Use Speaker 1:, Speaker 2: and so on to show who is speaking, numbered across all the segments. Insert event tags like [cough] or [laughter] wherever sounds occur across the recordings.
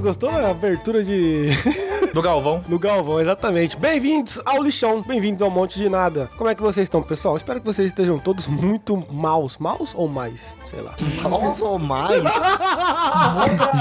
Speaker 1: Gostou da abertura de. [laughs]
Speaker 2: Do Galvão.
Speaker 1: No Galvão, exatamente. Bem-vindos ao lixão, bem-vindos ao Monte de Nada. Como é que vocês estão, pessoal? Espero que vocês estejam todos muito maus. Maus ou mais? Sei lá.
Speaker 3: Nossa, ou mais?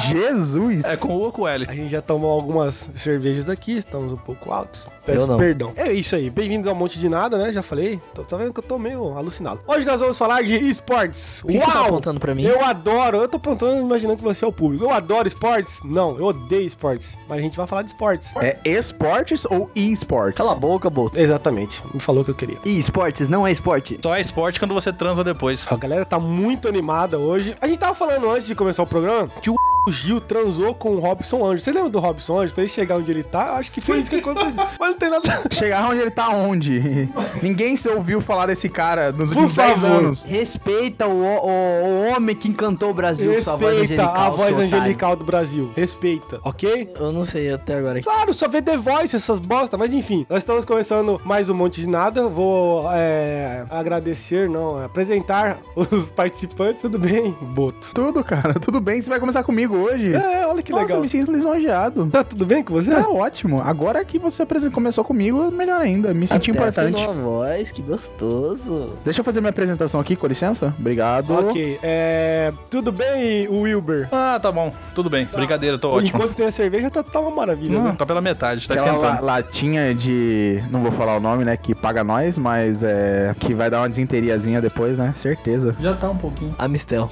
Speaker 3: Jesus!
Speaker 2: É com o ou com o L?
Speaker 1: A gente já tomou algumas cervejas aqui, estamos um pouco altos. Peço
Speaker 3: Eu não.
Speaker 1: perdão. É isso aí, bem-vindos ao Monte de Nada, né? Já falei. Tô, tá vendo que eu tô meio alucinado. Hoje nós vamos falar de esportes.
Speaker 3: Por que você tá apontando pra mim?
Speaker 1: Eu adoro, eu tô apontando imaginando que você é o público. Eu adoro esportes? Não, eu odeio esportes. Mas a gente vai falar de esportes.
Speaker 4: É esportes ou esportes?
Speaker 3: Cala a boca, Boto.
Speaker 1: Exatamente, me falou o que eu queria.
Speaker 3: E esportes não é esporte.
Speaker 2: Só é esporte quando você transa depois.
Speaker 1: A galera tá muito animada hoje. A gente tava falando antes de começar o programa que o [laughs] Gil transou com o Robson Anjo. Você lembra do Robson Anjo? Pra ele chegar onde ele tá, eu acho que foi isso que
Speaker 3: [laughs]
Speaker 1: aconteceu. Mas não tem nada.
Speaker 4: Chegar onde ele tá onde? [laughs] Ninguém se ouviu falar desse cara nos
Speaker 1: Por
Speaker 4: últimos 10
Speaker 1: favor.
Speaker 4: anos.
Speaker 3: Respeita o, o- o homem que encantou o Brasil com sua voz
Speaker 1: Respeita
Speaker 3: angelical.
Speaker 1: a voz
Speaker 3: seu otário.
Speaker 1: angelical do Brasil. Respeita, ok?
Speaker 3: Eu não sei até agora.
Speaker 1: Claro, só vê The Voice, essas bosta, mas enfim, nós estamos começando mais um monte de nada. Vou é, agradecer, não, apresentar os participantes. Tudo bem, Boto?
Speaker 4: Tudo, cara. Tudo bem? Você vai começar comigo hoje?
Speaker 1: É, olha que
Speaker 4: Nossa,
Speaker 1: legal.
Speaker 4: eu me sinto lisonjeado.
Speaker 1: Tá tudo bem com você?
Speaker 4: Tá ótimo. Agora que você apresen- começou comigo, melhor ainda. Me senti importante.
Speaker 3: voz, que gostoso.
Speaker 4: Deixa eu fazer minha apresentação aqui, com licença. Obrigado.
Speaker 1: Ok, é, tudo bem, Wilber?
Speaker 2: Ah, tá bom. Tudo bem. Brincadeira, tô ótimo.
Speaker 1: Enquanto tem a cerveja, tá, tá uma maravilha,
Speaker 2: Hum,
Speaker 1: né?
Speaker 2: tá pela metade, tá
Speaker 4: Aquela la-
Speaker 2: esquentando.
Speaker 4: latinha de. Não vou falar o nome, né? Que paga nós, mas é. Que vai dar uma desenteriazinha depois, né? Certeza.
Speaker 2: Já tá um pouquinho.
Speaker 5: Ah,
Speaker 3: Amistel.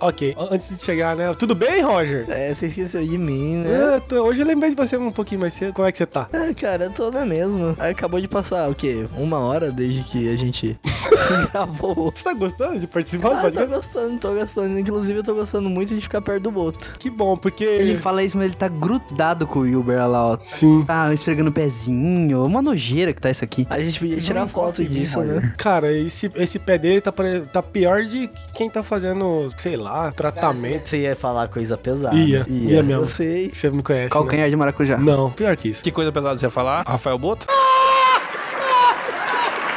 Speaker 1: Ok, an- antes de chegar, né? Tudo bem, Roger?
Speaker 5: É, você esqueceu de mim,
Speaker 3: É.
Speaker 5: né?
Speaker 1: Eu tô- hoje eu lembrei de você um pouquinho mais cedo. Como é que você tá?
Speaker 5: Ah, cara, eu tô na mesma. Acabou de passar, o quê? Uma hora desde que a gente [laughs] gravou.
Speaker 1: Você tá gostando de participar do
Speaker 5: Ah, tô
Speaker 1: podcast?
Speaker 5: gostando, tô gostando. Inclusive, eu tô gostando muito de ficar perto do Boto.
Speaker 1: Que bom, porque...
Speaker 3: Ele fala isso, mas ele tá grudado com o Wilber olha lá, ó.
Speaker 1: Sim.
Speaker 3: Tá esfregando o pezinho. Uma nojeira que tá isso aqui.
Speaker 5: A gente podia tirar foto disso, né?
Speaker 1: Cara, esse, esse pé dele tá, pare- tá pior de que quem tá fazendo, sei lá, tratamento.
Speaker 5: Você ia falar coisa pesada.
Speaker 1: Ia, ia mesmo.
Speaker 5: Eu sei.
Speaker 1: Você me conhece, né?
Speaker 3: Calcanhar de maracujá.
Speaker 1: Não, pior que isso.
Speaker 2: Que coisa pesada você ia falar? Rafael Boto?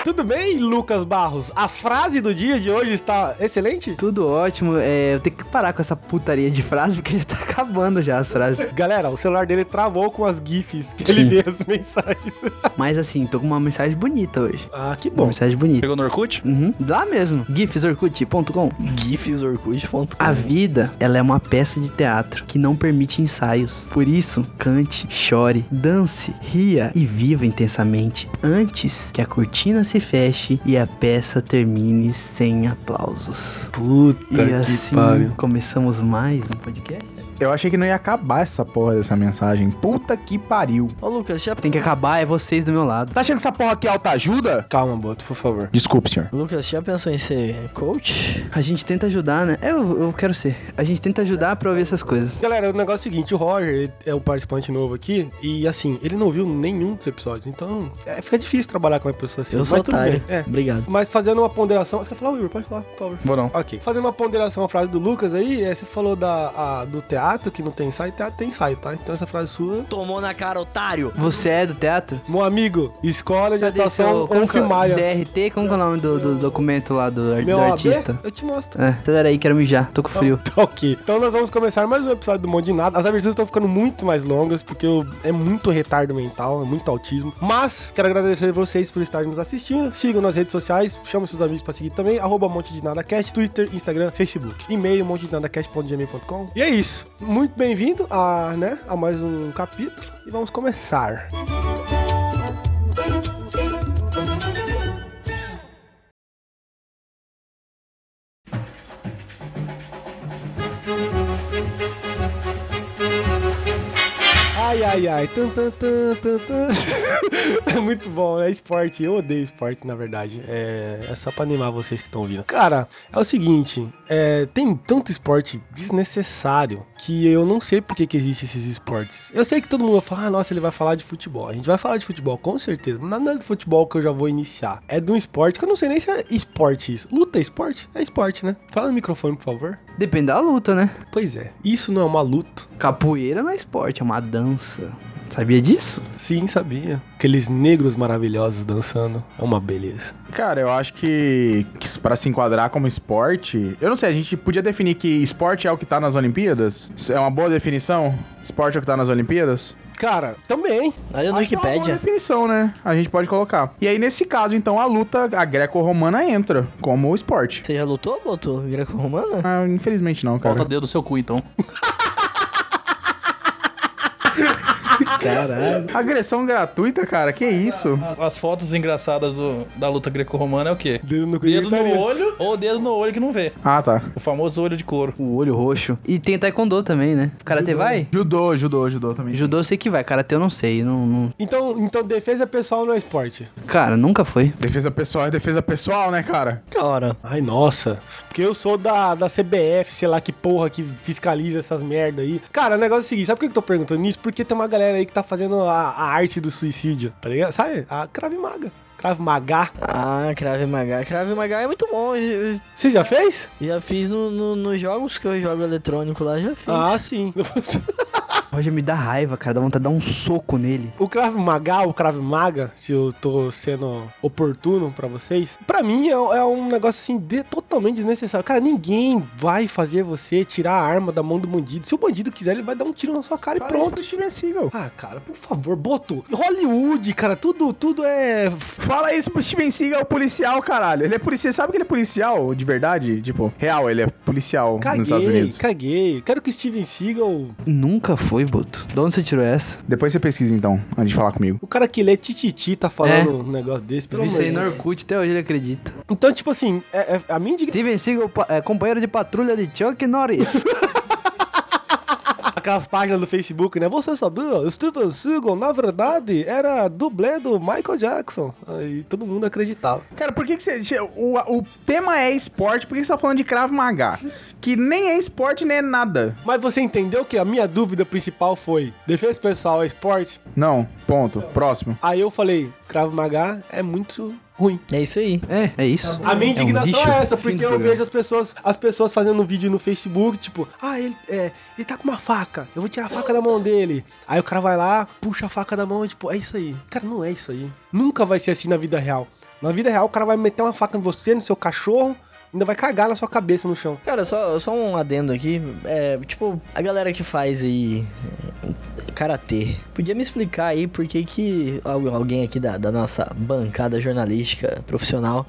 Speaker 1: Tudo bem, Lucas Barros? A frase do dia de hoje está excelente?
Speaker 3: Tudo ótimo. É, eu tenho que parar com essa putaria de frase, porque já tá [laughs] acabando já as frases.
Speaker 1: Galera, o celular dele travou com as GIFs que ele vê as mensagens.
Speaker 3: Mas assim, tô com uma mensagem bonita hoje.
Speaker 1: Ah, que bom.
Speaker 3: Uma mensagem bonita.
Speaker 2: Pegou no Orkut?
Speaker 3: Uhum. Lá mesmo, gifsorkut.com. A
Speaker 5: GIFsorkut.com
Speaker 3: vida, ela é uma peça de teatro que não permite ensaios. Por isso, cante, chore, dance, ria e viva intensamente antes que a cortina se feche e a peça termine sem aplausos.
Speaker 1: Puta
Speaker 3: e assim, começamos mais um podcast.
Speaker 4: Eu achei que não ia acabar essa porra dessa mensagem. Puta que pariu.
Speaker 5: Ô, Lucas, já...
Speaker 3: Tem que acabar, é vocês do meu lado.
Speaker 4: Tá achando que essa porra aqui é autoajuda?
Speaker 1: Calma, Boto, por favor.
Speaker 4: Desculpe, senhor.
Speaker 5: Lucas, já pensou em ser coach?
Speaker 3: A gente tenta ajudar, né? Eu, eu quero ser. A gente tenta ajudar pra ouvir essas coisas.
Speaker 1: Galera, o negócio é o seguinte, o Roger ele é o participante novo aqui, e assim, ele não viu nenhum dos episódios, então é, fica difícil trabalhar com uma pessoa assim.
Speaker 5: Eu sou
Speaker 1: mas tudo
Speaker 5: otário.
Speaker 1: bem, É.
Speaker 5: Obrigado.
Speaker 1: Mas fazendo uma ponderação. Você quer falar, Will? Pode falar, por favor.
Speaker 2: Vou não.
Speaker 1: Ok. Fazendo uma ponderação à frase do Lucas aí, é, você falou da, a- do teatro, que não tem ensaio, teatro tem ensaio, tá? Então essa frase sua.
Speaker 5: Tomou na cara, otário!
Speaker 3: Você é do teatro?
Speaker 1: Meu amigo, escola de
Speaker 3: Cadê
Speaker 1: atuação
Speaker 3: seu- como que é-
Speaker 1: Conf Maia.
Speaker 3: DRT, como que é o nome do, do documento lá do, ar-
Speaker 1: Meu
Speaker 3: do
Speaker 1: AB,
Speaker 3: artista?
Speaker 1: eu te mostro.
Speaker 3: É, acelera aí, quero mijar, tô com frio.
Speaker 1: [laughs] Tá Ok, então nós vamos começar mais um episódio do Monte de Nada. As aberturas estão ficando muito mais longas, porque eu- é muito retardo mental, é muito autismo. Mas quero agradecer vocês por estarem nos assistindo. Sigam nas redes sociais, chamem seus amigos pra seguir também. Arroba Monte de Nada Cast, Twitter, Instagram, Facebook. E-mail, montedenadacast.gmail.com. E é isso. Muito bem-vindo a, né, a mais um capítulo. E vamos começar. Ai, ai, ai. Tan, tan, tan, tan, [laughs] tan. É muito bom, é esporte. Eu odeio esporte, na verdade. É, é só pra animar vocês que estão ouvindo. Cara, é o seguinte: é, tem tanto esporte desnecessário que eu não sei por que, que existem esses esportes. Eu sei que todo mundo fala, ah, nossa, ele vai falar de futebol. A gente vai falar de futebol, com certeza. Mas não é do futebol que eu já vou iniciar. É de um esporte que eu não sei nem se é esporte isso. Luta é esporte? É esporte, né? Fala no microfone, por favor.
Speaker 3: Depende da luta, né?
Speaker 1: Pois é, isso não é uma luta.
Speaker 3: Capoeira não é esporte, é uma dança. Sabia disso?
Speaker 1: Sim, sabia. Aqueles negros maravilhosos dançando. É uma beleza.
Speaker 4: Cara, eu acho que, que para se enquadrar como esporte, eu não sei, a gente podia definir que esporte é o que tá nas Olimpíadas? Isso É uma boa definição? Esporte é o que tá nas Olimpíadas?
Speaker 1: Cara, também.
Speaker 3: Tá
Speaker 5: Olha no
Speaker 4: Acho que é uma boa
Speaker 5: Wikipedia.
Speaker 4: definição, né? A gente pode colocar. E aí, nesse caso, então, a luta a greco-romana entra como esporte.
Speaker 5: Você já lutou, Boto? Greco-romana?
Speaker 4: Ah, infelizmente não, cara.
Speaker 2: Falta dedo no seu cu, então.
Speaker 3: Caralho.
Speaker 4: Agressão gratuita, cara, que isso?
Speaker 2: As fotos engraçadas do- da luta greco-romana é o quê?
Speaker 1: Dedo no cu e
Speaker 2: Dedo
Speaker 1: gritaria.
Speaker 2: no olho ou dedo no olho que não vê.
Speaker 4: Ah, tá.
Speaker 2: O famoso olho de couro.
Speaker 3: O olho roxo. E tem taekwondo também, né? Karatê vai?
Speaker 4: Judô, judô, judô também.
Speaker 3: Judô eu sei que vai, karatê eu não sei. Não, não-
Speaker 1: Então, então defesa pessoal não é esporte.
Speaker 3: Cara, nunca foi.
Speaker 4: Defesa pessoal é defesa pessoal, né, cara?
Speaker 5: Cara.
Speaker 1: Ai, nossa. Porque eu sou da, da CBF, sei lá que porra que fiscaliza essas merda aí. Cara, o negócio é o seguinte, sabe por que eu tô perguntando isso? Porque tem uma galera aí que tá fazendo a, a arte do suicídio, tá ligado? Sabe? A Krav Maga. Krav Maga.
Speaker 5: Ah, Crave Maga. Crave Maga é muito bom. Eu- eu
Speaker 1: Você já fez?
Speaker 5: Já fiz no- no- nos jogos que eu jogo eletrônico lá, já fiz.
Speaker 1: Ah, sim. [laughs]
Speaker 3: Roger me dá raiva, cara. Dá vontade de dar um soco nele.
Speaker 1: O Krav Maga, o Krav Maga, se eu tô sendo oportuno pra vocês, pra mim é, é um negócio assim de- totalmente desnecessário. Cara, ninguém vai fazer você tirar a arma da mão do bandido. Se o bandido quiser, ele vai dar um tiro na sua cara e pronto.
Speaker 4: Pronto, Steven Seagal.
Speaker 1: Ah, cara, por favor, boto. Hollywood, cara, tudo, tudo é.
Speaker 4: Fala isso pro Steven Seagal, policial, caralho. Ele é policial, sabe que ele é policial de verdade? Tipo, real, ele é policial nos Estados
Speaker 1: Caguei,
Speaker 4: Unidos.
Speaker 1: caguei. Quero que Steven Seagal,
Speaker 3: Nunca foi, Boto. De onde você tirou essa?
Speaker 4: Depois você pesquisa, então, antes de falar comigo.
Speaker 1: o cara que lê Tititi, tá falando um negócio desse,
Speaker 3: Eu
Speaker 1: pelo
Speaker 3: vi
Speaker 1: amor
Speaker 3: isso aí
Speaker 1: de
Speaker 3: no
Speaker 1: Deus.
Speaker 3: Orkut, até hoje ele acredita.
Speaker 1: Então, tipo assim, é- é- a minha indignação.
Speaker 3: Steven Seagal, pa- é, companheiro de patrulha de Chuck Norris.
Speaker 1: Aquelas páginas do Facebook, né? Você sabia? O Steven Seagal, na verdade, era dublê do Michael Jackson. Aí todo mundo acreditava.
Speaker 4: Cara, por que, que você. O, o tema é esporte, por que você tá falando de Krav Maga? Que nem é esporte, nem é nada.
Speaker 1: Mas você entendeu que a minha dúvida principal foi: defesa pessoal é esporte?
Speaker 4: Não, ponto. Próximo.
Speaker 1: Aí eu falei: Krav Maga é muito ruim.
Speaker 5: [laughs] É isso aí.
Speaker 3: é, é isso.
Speaker 1: A minha
Speaker 3: É um
Speaker 1: indignação
Speaker 3: lixo.
Speaker 1: é, essa,
Speaker 3: Fim
Speaker 1: porque
Speaker 3: do
Speaker 1: eu
Speaker 3: programa.
Speaker 1: vejo as pessoas, as pessoas fazendo vídeo no Facebook, tipo, ah, ele, é, ele tá com uma faca, eu vou tirar a faca da mão dele. Aí o cara vai lá, puxa a faca da mão e tipo, é isso aí. Cara, não é isso aí. Nunca vai ser assim na vida real. Na vida real, o cara vai meter uma faca em você, no seu cachorro, ainda vai cagar na sua cabeça no chão.
Speaker 5: Cara, só, só um adendo aqui. É, tipo, a galera que faz aí. é, Karatê. Podia me explicar aí por que que al- alguém aqui da, da nossa bancada jornalística profissional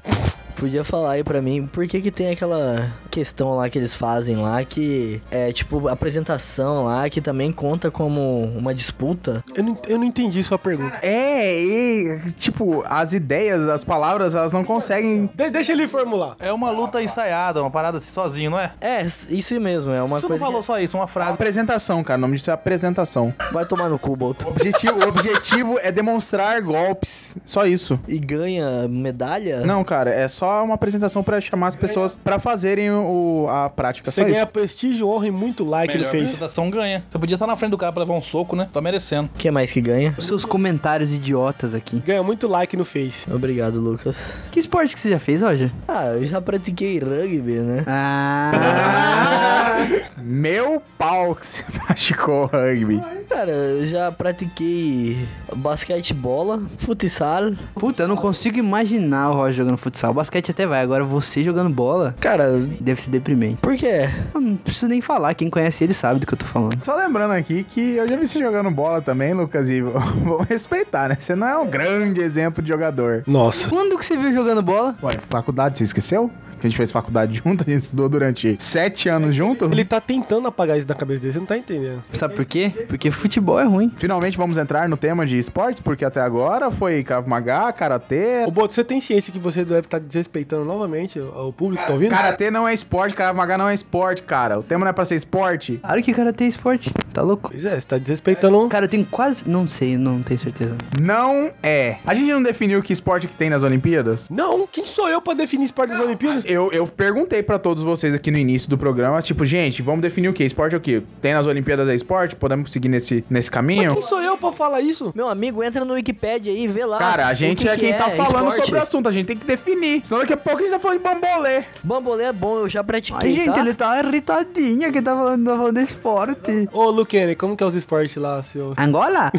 Speaker 5: podia falar aí pra mim por que que tem aquela questão lá que eles fazem lá que é tipo apresentação lá que também conta como uma disputa.
Speaker 1: Eu não, eu não entendi sua pergunta.
Speaker 4: É, e, tipo, as ideias, as palavras, elas não conseguem.
Speaker 1: De- deixa ele formular.
Speaker 2: É uma luta ensaiada, uma parada assim sozinho, não é?
Speaker 5: É, s- isso mesmo, é uma
Speaker 2: Você não
Speaker 5: coisa. que-
Speaker 2: falou só isso, uma frase.
Speaker 4: Ah, Apresentação, cara. O nome disso é apresentação.
Speaker 5: Vai tomar no cu, Bolt.
Speaker 4: O objetivo, o objetivo é demonstrar golpes. Só isso.
Speaker 5: E ganha medalha?
Speaker 4: Não, cara, é só uma apresentação pra chamar as pessoas pra fazerem o, a
Speaker 3: É
Speaker 4: prática.
Speaker 1: Você
Speaker 4: Só
Speaker 1: ganha
Speaker 4: isso.
Speaker 1: prestígio, honra e muito like
Speaker 2: Melhor
Speaker 1: no Face.
Speaker 2: apresentação ganha. Você podia estar na frente do cara pra levar um soco, né? Tá merecendo.
Speaker 5: O que mais que ganha?
Speaker 3: Os seus comentários idiotas aqui.
Speaker 1: Ganha muito like no Face.
Speaker 5: Obrigado, Lucas.
Speaker 3: Que esporte que você já fez, Roger?
Speaker 5: Ah, eu já pratiquei rugby, né?
Speaker 3: Ah!
Speaker 4: Meu pau que você [laughs] praticou rugby.
Speaker 5: Cara, eu já pratiquei basquete bola, futsal.
Speaker 3: Puta, eu não consigo imaginar o Roger jogando futsal. Basquete até vai, agora você jogando bola
Speaker 5: Cara,
Speaker 3: deve ser deprimente.
Speaker 5: por quê?
Speaker 3: Eu não preciso nem falar, quem conhece ele sabe do que eu tô falando.
Speaker 4: Só lembrando aqui que eu já vi você jogando bola também, Lucas, e [laughs] vamos respeitar, né? Você não é um grande exemplo de jogador.
Speaker 1: Nossa.
Speaker 3: Quando que você viu jogando bola?
Speaker 4: Ué, faculdade, você esqueceu? Que a gente fez faculdade [laughs] junto, a gente estudou durante sete anos junto?
Speaker 1: Ele tá tentando apagar isso da cabeça dele, você não tá entendendo.
Speaker 3: Sabe por quê? Porque futebol é ruim.
Speaker 4: Finalmente vamos entrar no tema de esportes, porque até agora foi Krav Maga, Karatê...
Speaker 1: Ô, Boto, você tem ciência que você deve estar desrespeitando novamente o o público que tá ouvindo?
Speaker 4: Karatê não é esporte, Krav Maga não é esporte, cara. O tema não é pra ser esporte.
Speaker 3: Claro que karatê é esporte, tá louco?
Speaker 1: Pois é, você tá desrespeitando.
Speaker 3: Cara, eu tenho quase. Não sei, não tenho certeza.
Speaker 4: Não é. A gente não definiu que esporte que tem nas Olimpíadas?
Speaker 1: Não, quem sou eu pra definir esporte das Olimpíadas?
Speaker 4: Eu, eu perguntei pra todos vocês aqui no início do programa, tipo, gente, vamos definir o que? Esporte é o quê? Tem nas Olimpíadas é esporte? Podemos seguir nesse, nesse caminho?
Speaker 1: Quem sou eu pra falar isso?
Speaker 5: Meu amigo, entra no Wikipedia aí e vê lá.
Speaker 4: Cara, a gente
Speaker 5: o que
Speaker 4: é
Speaker 5: que
Speaker 4: quem tá falando
Speaker 5: esporte.
Speaker 4: sobre o assunto, a gente tem que definir. Senão daqui a pouco a gente tá falando de bambolê.
Speaker 5: Bambolê é bom, eu já
Speaker 3: Ai,
Speaker 5: pratiquei,
Speaker 3: gente,
Speaker 5: tá?
Speaker 3: ele tá irritadinha que tá falando, tá falando de esporte.
Speaker 1: Ô, do Kenny, como que é os esportes lá,
Speaker 3: [laughs]
Speaker 1: seu?
Speaker 3: Angola?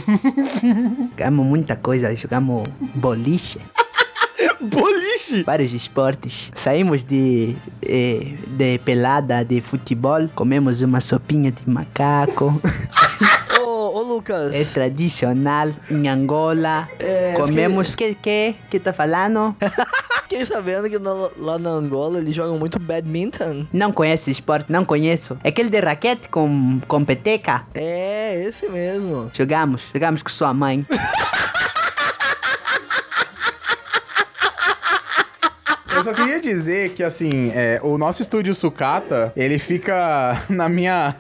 Speaker 3: Jogamos muita coisa, jogamos boliche,
Speaker 1: Boliche!
Speaker 3: vários esportes. Saímos de, eh, de pelada de futebol, comemos uma sopinha de
Speaker 5: [laughs]
Speaker 3: macaco.
Speaker 5: Ô, ô Lucas.
Speaker 3: É tradicional em Angola.
Speaker 5: É,
Speaker 3: Comemos que que que tá
Speaker 5: [laughs]
Speaker 3: falando?
Speaker 5: Fiquei sabendo que na- lá na Angola eles jogam muito badminton.
Speaker 3: Não conheço esporte, não conheço. É aquele de raquete com, com peteca?
Speaker 5: É, esse mesmo.
Speaker 3: Jogamos, jogamos com sua mãe.
Speaker 4: Eu só queria dizer que, assim, é, o nosso estúdio sucata, ele fica [laughs] na minha,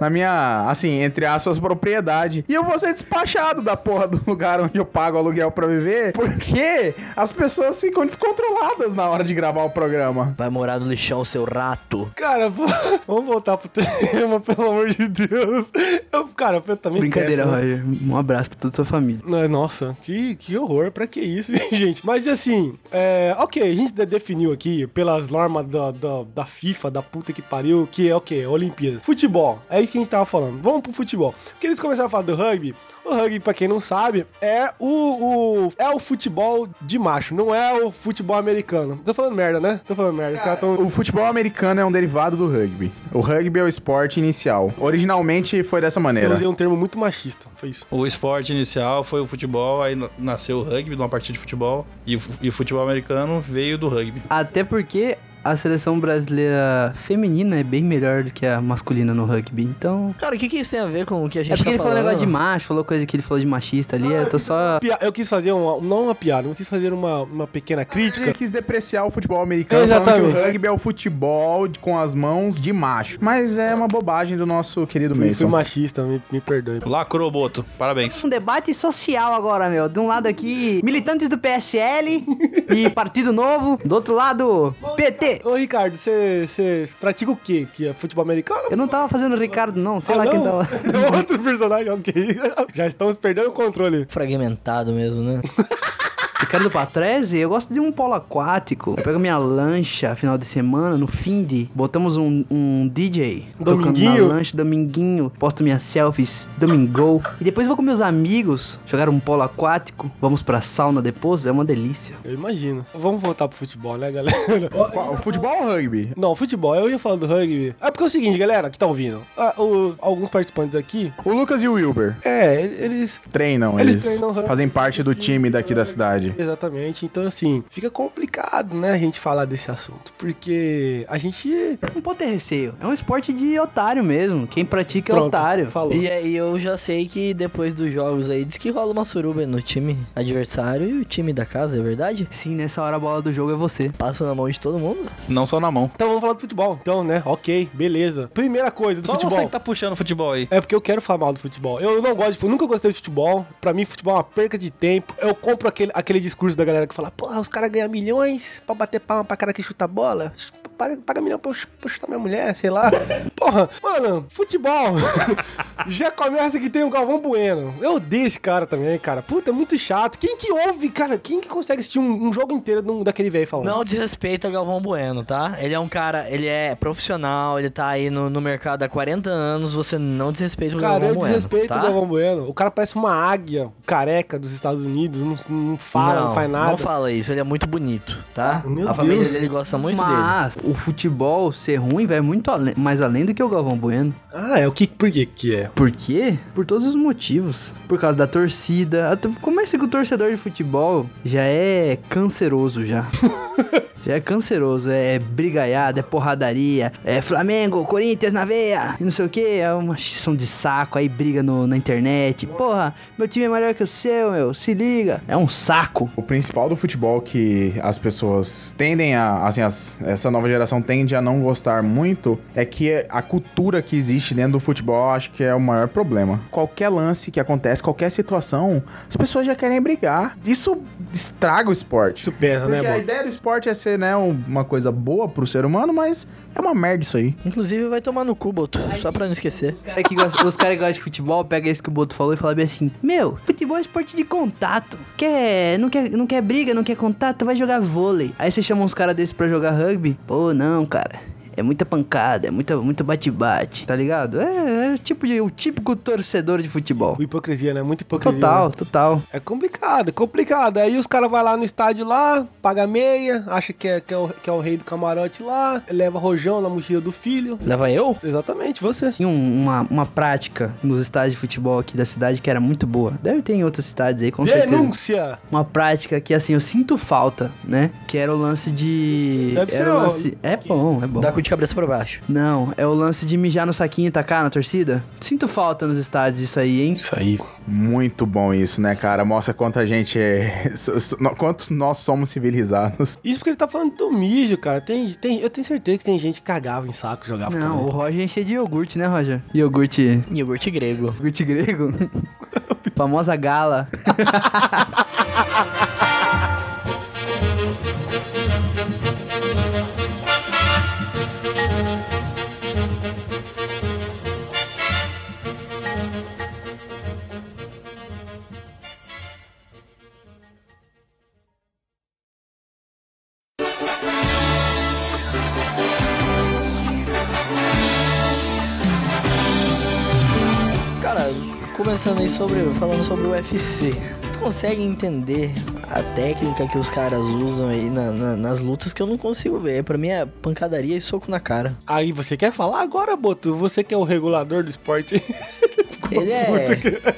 Speaker 4: na minha, assim, entre aspas, propriedade. E eu vou ser despachado da porra do lugar onde eu pago aluguel pra viver, porque as pessoas ficam descontroladas na hora de gravar o programa.
Speaker 5: [laughs] Vai morar no lixão, seu rato.
Speaker 1: Cara, pô, vamos voltar pro [laughs] tema, pelo amor de Deus. Eu, cara, eu também peço, né?
Speaker 3: Roger. Um abraço pra toda sua família.
Speaker 1: Não, Né, Nossa, que, que horror, pra que isso, [laughs] gente? Mas assim, é, ok, a gente de- definiu aqui pelas normas da, da, da FIFA, da puta que pariu, que é o quê? Olimpíadas. Futebol, é isso que a gente tava falando. Vamos pro futebol. Porque eles começaram a falar do rugby. O rugby, pra quem não sabe, é o, o- é o futebol de macho, não é o futebol americano. Tô falando merda, né? Tô falando merda. Os caras tão...
Speaker 4: O futebol americano é um derivado do rugby. O rugby é o esporte inicial. Originalmente foi dessa
Speaker 1: Eu
Speaker 4: maneira.
Speaker 1: usei um termo muito machista, foi isso.
Speaker 2: O esporte inicial foi o futebol, aí na- nasceu o rugby, de uma partida de futebol, e, o fu- e o futebol americano veio do rugby.
Speaker 3: Até porque a seleção brasileira feminina é bem melhor do que a masculina no rugby. Então.
Speaker 5: Cara, o que, que isso tem a ver com o que a gente
Speaker 3: É porque
Speaker 5: tá
Speaker 3: ele falou
Speaker 5: falando?
Speaker 3: negócio de macho, falou coisa que ele falou de machista ali. Eu tô só.
Speaker 1: Pia- Eu quis fazer uma, não uma piada, eu quis fazer uma, uma pequena crítica.
Speaker 4: Ele quis depreciar o futebol americano, falando que
Speaker 1: Exatamente.
Speaker 4: o rugby é o futebol de- com as mãos de macho. Mas é uma bobagem do nosso querido
Speaker 1: Eu fui
Speaker 4: Mason.
Speaker 1: machista, me, me perdoe.
Speaker 2: Lacrou, Boto. Parabéns.
Speaker 3: Um debate social agora, meu. De um lado aqui, militantes do PSL e Partido Novo. Do outro lado, PT.
Speaker 1: Ô, Ricardo, você você pratica o quê? Que é futebol americano?
Speaker 3: Eu não tava fazendo o Ricardo, não. Sei
Speaker 1: Ah,
Speaker 3: lá
Speaker 1: não?
Speaker 3: quem tava.
Speaker 1: [laughs] É outro personagem, ok. [laughs] Já estamos perdendo o controle.
Speaker 5: Fragmentado mesmo, [laughs] né?
Speaker 3: Ricardo Patrese, eu gosto de um polo aquático. Eu pego minha lancha final de semana, no fim de. Botamos um, um DJ
Speaker 1: Dominguinho?
Speaker 3: tocando na lancha, dominguinho. Posto minhas selfies, domingo. E depois vou com meus amigos jogar um polo aquático. Vamos pra sauna depois, é uma delícia.
Speaker 1: Eu imagino. Vamos voltar pro futebol, né, galera?
Speaker 4: Qual- o futebol ou o rugby?
Speaker 1: Não, futebol, eu ia falar do rugby. É porque é o seguinte, galera, que tá ouvindo. ah, o- alguns participantes aqui,
Speaker 4: O Lucas e o Wilber
Speaker 1: é, eles
Speaker 4: treinam,
Speaker 1: Eles
Speaker 4: eles,
Speaker 1: treinam rugby.
Speaker 4: fazem parte do time daqui da cidade.
Speaker 1: Exatamente. Então, assim, fica complicado, né, a gente falar desse assunto. Porque a gente.
Speaker 3: Não pode ter receio. É um esporte de otário mesmo. Quem pratica é
Speaker 1: Pronto,
Speaker 3: otário.
Speaker 1: Falou.
Speaker 5: E aí eu já sei que depois dos jogos aí diz que rola uma suruba no time adversário e o time da casa, é verdade?
Speaker 3: Sim, assim, nessa hora a bola do jogo é você.
Speaker 5: Passa na mão de todo mundo.
Speaker 2: Não só na mão.
Speaker 1: Então vamos falar do futebol. Então, né? Ok, beleza. Primeira coisa do
Speaker 2: Só
Speaker 1: futebol.
Speaker 2: você que tá puxando o futebol aí.
Speaker 1: É porque eu quero falar mal do futebol. Eu não gosto de futebol, nunca gostei de futebol. Pra mim, futebol é uma perca de tempo. Eu compro aquele, aquele discurso da galera que fala: porra, os caras ganham milhões pra bater palma pra cara que chuta bola. Paga, paga milhão pra eu ch- pra eu chutar minha mulher, sei lá. [laughs] Porra, mano, futebol. [laughs] Já começa que tem o Galvão Bueno. Eu odeio esse cara também, cara. Puta, é muito chato. Quem que ouve, cara? Quem que consegue assistir um, um jogo inteiro de um- daquele velho falando?
Speaker 5: Não desrespeita Galvão Bueno, tá? Ele é um cara, ele é profissional, ele tá aí no, no mercado há 40 anos, você não desrespeita o
Speaker 1: Cara,
Speaker 5: Galvão
Speaker 1: eu
Speaker 5: Bueno,
Speaker 1: desrespeito
Speaker 5: tá?
Speaker 1: o Galvão Bueno. O cara parece uma águia careca dos Estados Unidos, não, não fala, não, faz nada.
Speaker 5: Não fala isso, ele é muito bonito, tá?
Speaker 1: Ah, meu
Speaker 5: a família
Speaker 1: Deus.
Speaker 5: dele gosta muito dele.
Speaker 3: Mas o futebol ser ruim vai muito ale- mais além do que o Galvão Bueno.
Speaker 1: Ah, é o que por que que é?
Speaker 3: Por quê? Por todos os motivos. Por causa da torcida. A tor- Começa que o torcedor de futebol já é canceroso já. Já é canceroso, é brigaiada, é porradaria, é Flamengo, Corinthians na veia, e não sei o que, é uma sessão de saco, aí briga no- na internet. Porra, meu time é melhor que o seu, meu, se liga. É um saco.
Speaker 4: O principal do futebol que as pessoas tendem a, assim, as- essa nova geração tende a não gostar muito é que a cultura que existe dentro do futebol eu acho que é o maior problema. Qualquer lance que acontece, qualquer situação, as pessoas já querem brigar. Isso estraga o esporte.
Speaker 1: Isso pesa, né,
Speaker 4: Porque a
Speaker 1: Bob?
Speaker 4: ideia do esporte é ser, né, um- uma coisa boa pro ser humano, mas é uma merda isso aí.
Speaker 5: Inclusive vai tomar no cu, Boto, só pra não esquecer.
Speaker 3: cara que gosta- os caras que gostam de futebol pegam isso que o Boto falou e falam bem assim: Meu, futebol é esporte de contato. Quer, não, quer, não quer briga, não quer contato, vai jogar vôlei. Aí você chama uns caras desses pra jogar rugby? Pô, não, cara. é muita pancada, é muita, muito bate-bate, tá ligado? É, é o tipo de, o típico torcedor de futebol.
Speaker 1: O hipocrisia, né? Muito hipocrisia.
Speaker 3: Total,
Speaker 1: né?
Speaker 3: total.
Speaker 1: É complicado, é complicado. Aí os caras vão lá no estádio lá, paga meia, acha que é, que, é o, que é o rei do camarote lá, leva rojão na mochila do filho.
Speaker 5: Leva eu?
Speaker 1: Exatamente, você.
Speaker 3: Tinha um- uma, uma prática nos estádios de futebol aqui da cidade que era muito boa. Deve ter em outras cidades aí, com certeza.
Speaker 1: Denúncia!
Speaker 3: uma prática que, assim, eu sinto falta, né? Que era o lance de.
Speaker 1: Deve
Speaker 3: era
Speaker 1: ser
Speaker 3: o
Speaker 1: o-
Speaker 3: lance... É bom, é bom.
Speaker 5: Dá cu de cabeça pra baixo.
Speaker 3: Não, é o lance de mijar no saquinho e tacar na torcida. Sinto falta nos estádios disso aí, hein?
Speaker 1: Isso aí.
Speaker 4: Muito bom isso, né, cara? Mostra quanto a gente é. [laughs] so- so- no- Quanto nós somos civilizados.
Speaker 1: Isso porque ele tá falando do mijo, cara. Tem, tem, eu tenho certeza que tem gente que cagava em saco e jogava
Speaker 3: Não, o
Speaker 1: também.
Speaker 3: Roger encheu de iogurte, né, Roger? Iogurte.
Speaker 5: Iogurte grego.
Speaker 3: Iogurte grego. [laughs] Famosa gala.
Speaker 5: Cara, começando aí sobre. falando sobre o UFC. Tu consegue entender a técnica que os caras usam aí na- na- nas lutas que eu não consigo ver. Pra mim é pancadaria e soco na cara.
Speaker 1: Aí você quer falar agora, Boto? Você que é o regulador do esporte. [laughs]
Speaker 5: Ele é.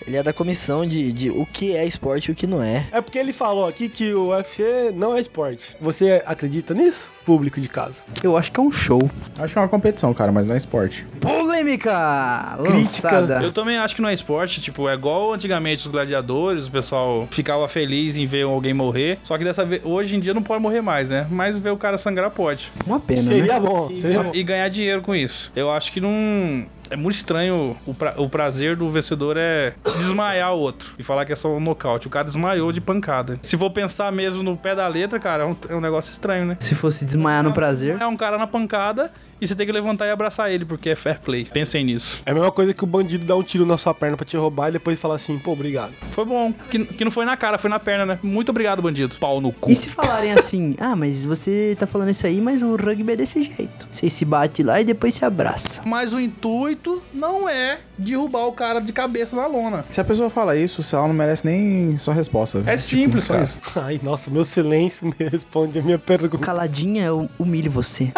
Speaker 5: Ele é da comissão de, de o que é esporte e o que não é.
Speaker 1: É porque ele falou aqui que o UFC não é esporte. Você acredita nisso? Público de casa.
Speaker 3: Eu acho que é um show.
Speaker 4: Acho que é uma competição, cara, mas não é esporte.
Speaker 3: Polêmica!
Speaker 1: Crítica.
Speaker 3: Lançada.
Speaker 2: Eu também acho que não é esporte, tipo, é igual antigamente os gladiadores, o pessoal ficava feliz em ver alguém morrer. Só que dessa vez, hoje em dia não pode morrer mais, né? Mas ver o cara sangrar pode.
Speaker 3: Uma pena, né?
Speaker 1: seria bom, seria bom.
Speaker 2: E ganhar dinheiro com isso. Eu acho que não. É muito estranho o, pra- o prazer do vencedor é desmaiar o outro e falar que é só um nocaute. O cara desmaiou de pancada. Se for pensar mesmo no pé da letra, cara, é um, é um negócio estranho, né?
Speaker 3: Se fosse desmaiar no prazer.
Speaker 2: É um cara na pancada e você tem que levantar e abraçar ele, porque é fair play. Pensem nisso.
Speaker 1: É a mesma coisa que o bandido dar um tiro na sua perna pra te roubar e depois falar assim, pô, obrigado. [laughs]
Speaker 2: Foi bom. Que, que não foi na cara, foi na perna, né? Muito obrigado, bandido. Pau no cu.
Speaker 3: E se falarem assim, ah, mas você tá falando isso aí, mas o rugby é desse jeito. Vocês se bate lá e depois se abraça.
Speaker 2: Mas o intuito não é derrubar o cara de cabeça na lona.
Speaker 4: Se a pessoa fala isso, se ela não merece nem sua resposta.
Speaker 2: É simples, cara.
Speaker 1: Ai, nossa, meu silêncio me [laughs] responde a minha pergunta.
Speaker 3: Caladinha, eu humilho você.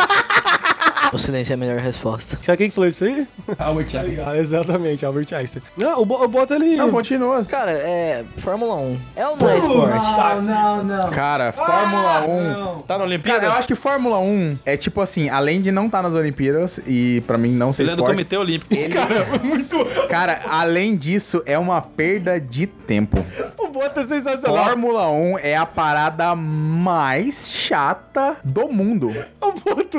Speaker 5: O silêncio é a melhor resposta.
Speaker 1: Sabe quem que falou isso aí?
Speaker 2: Albert Einstein.
Speaker 1: Ah, exatamente, Albert Einstein. Não, o, Bo- o Boto ele...
Speaker 4: Não, continua.
Speaker 5: Cara, é. Fórmula 1. É ou não é esporte?
Speaker 3: não, não.
Speaker 4: Cara, Fórmula 1.
Speaker 2: Tá na
Speaker 4: Cara,
Speaker 2: Olimpíada?
Speaker 4: eu acho que Fórmula 1 é tipo assim, além de não estar nas Olimpíadas e pra mim não ser
Speaker 2: Ele é do
Speaker 4: esporte,
Speaker 2: Comitê Olímpico.
Speaker 4: cara, além disso é uma perda de tempo.
Speaker 1: o Boto é sensacional.
Speaker 4: Fórmula 1 é a parada mais chata do mundo.
Speaker 1: O [laughs] Boto...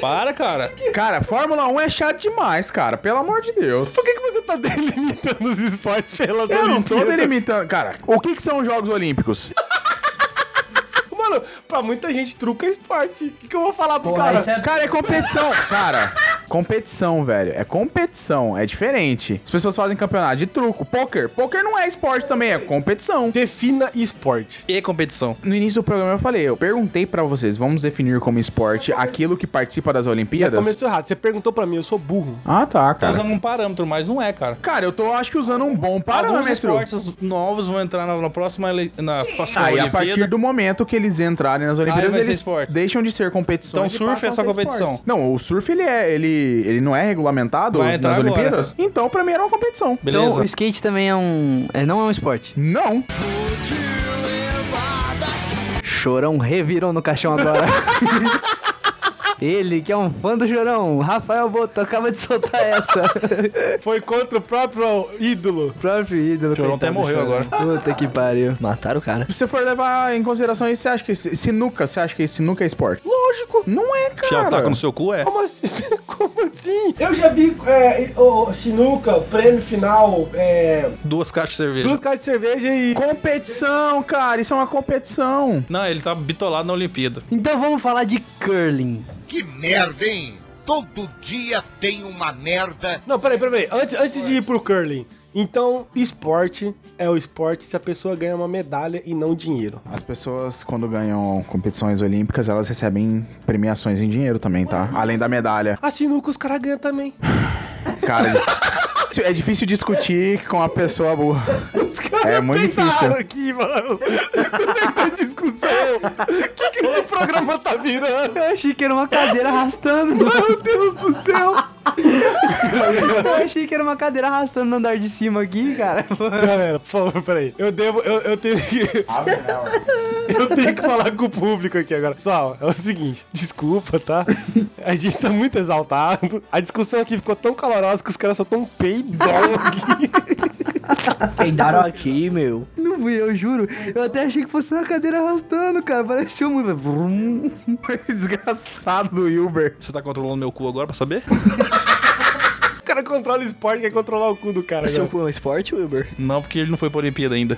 Speaker 2: Para, cara.
Speaker 4: Cara, Fórmula 1 é chato demais, cara, pelo amor de Deus.
Speaker 1: Por que, que você tá delimitando os esportes [laughs] pelas
Speaker 4: Eu não tô
Speaker 1: Olimpíadas?
Speaker 4: delimitando. Cara, o que, que são os Jogos Olímpicos?
Speaker 1: Mano, pra muita gente, truca é esporte. O que, que eu vou falar pros
Speaker 3: Porra,
Speaker 1: caras?
Speaker 3: isso é-
Speaker 4: Cara, é competição. Cara, competição, velho. É competição. É diferente. As pessoas fazem campeonato de truco, poker. Poker não é esporte também, é competição.
Speaker 1: Defina esporte.
Speaker 2: E competição.
Speaker 4: No início do programa eu falei, eu perguntei pra vocês, vamos definir como esporte aquilo que participa das
Speaker 1: Já
Speaker 4: Olimpíadas?
Speaker 1: começou errado. Você perguntou pra mim, eu sou burro.
Speaker 4: Ah,
Speaker 2: Tá
Speaker 4: tá, cara.
Speaker 2: usando um parâmetro, mas não é, cara.
Speaker 4: Cara, eu tô acho que usando um bom
Speaker 2: Alguns
Speaker 4: parâmetro.
Speaker 2: esportes novos vão entrar na, na próxima, ele- na próxima
Speaker 4: Aí, a
Speaker 2: Olimpíada.
Speaker 4: partir do momento que eles entrarem nas Olimpíadas,
Speaker 2: vai ser
Speaker 4: eles
Speaker 2: esporte.
Speaker 4: deixam de ser competição.
Speaker 2: Então, surf é só competição.
Speaker 4: Não, o surf ele é, ele, ele não é regulamentado
Speaker 2: Vai entrar
Speaker 4: nas
Speaker 2: agora.
Speaker 4: Olimpíadas. Então, pra mim era uma competição. Então,
Speaker 3: Então,
Speaker 2: Beleza.
Speaker 3: o skate também é um. É, não é um esporte.
Speaker 4: Não.
Speaker 3: Chorão revirou no caixão [laughs] agora. Ele, que é um fã do Chorão, Rafael Boto, acaba de soltar [laughs] essa.
Speaker 1: Foi contra o próprio ídolo.
Speaker 3: Próprio ídolo.
Speaker 2: Chorão
Speaker 3: coitado
Speaker 2: até
Speaker 3: do
Speaker 2: morreu
Speaker 3: Chorão. Puta que pariu.
Speaker 5: Mataram o cara.
Speaker 4: Se você for levar em consideração isso, você acha que esse- sinuca, você acha que esse sinuca é esporte?
Speaker 1: Lógico.
Speaker 4: Não é, cara.
Speaker 2: Fiar o taco no seu cu é.
Speaker 1: Como assim? [laughs] Como assim? Eu já vi é, o sinuca, prêmio final, é,
Speaker 2: Duas caixas de cerveja.
Speaker 1: duas caixas de cerveja e...
Speaker 4: Competição, cara. Isso é uma competição.
Speaker 2: Não, ele tá bitolado na Olimpíada.
Speaker 3: Então vamos falar de curling.
Speaker 6: Que merda, hein? Todo dia tem uma merda.
Speaker 1: Não, peraí, peraí. Antes, antes de ir pro curling. Então, esporte é o esporte se a pessoa ganha uma medalha e não dinheiro.
Speaker 4: As pessoas, quando ganham competições olímpicas, elas recebem premiações em dinheiro também, tá? Além da medalha.
Speaker 1: A sinuca os caras ganham também. [laughs]
Speaker 4: Cara, é difícil discutir com a pessoa burra.
Speaker 1: Os caras
Speaker 4: É muito
Speaker 1: peitaram
Speaker 4: difícil.
Speaker 1: aqui, mano. Não tem discussão.
Speaker 4: [laughs]
Speaker 1: O que, que esse programa tá virando?
Speaker 3: Eu achei que era uma cadeira arrastando.
Speaker 1: Meu Deus do céu.
Speaker 3: [laughs] Eu achei que era uma cadeira arrastando no andar de cima aqui, cara.
Speaker 1: Galera, por favor, peraí. Eu devo. Eu, eu tenho que. [laughs] Eu tenho que falar com o público aqui agora. Pessoal, é o seguinte, desculpa, tá? A gente tá muito exaltado. A discussão aqui ficou tão calorosa que os caras só tão peidão aqui. [laughs]
Speaker 5: Peidaram aqui, meu.
Speaker 3: Não fui, eu juro. Eu até achei que fosse uma cadeira arrastando, cara. um Pareceu
Speaker 2: [laughs]
Speaker 3: muito. Vrum.
Speaker 4: Desgraçado do Uber.
Speaker 2: Você tá controlando meu cu agora pra saber?
Speaker 1: O cara controla o esporte, quer controlar o cu do cara.
Speaker 5: Seu
Speaker 1: agora.
Speaker 5: cu é um esporte, Wilber?
Speaker 2: Não, porque ele não foi pra Olimpíada ainda.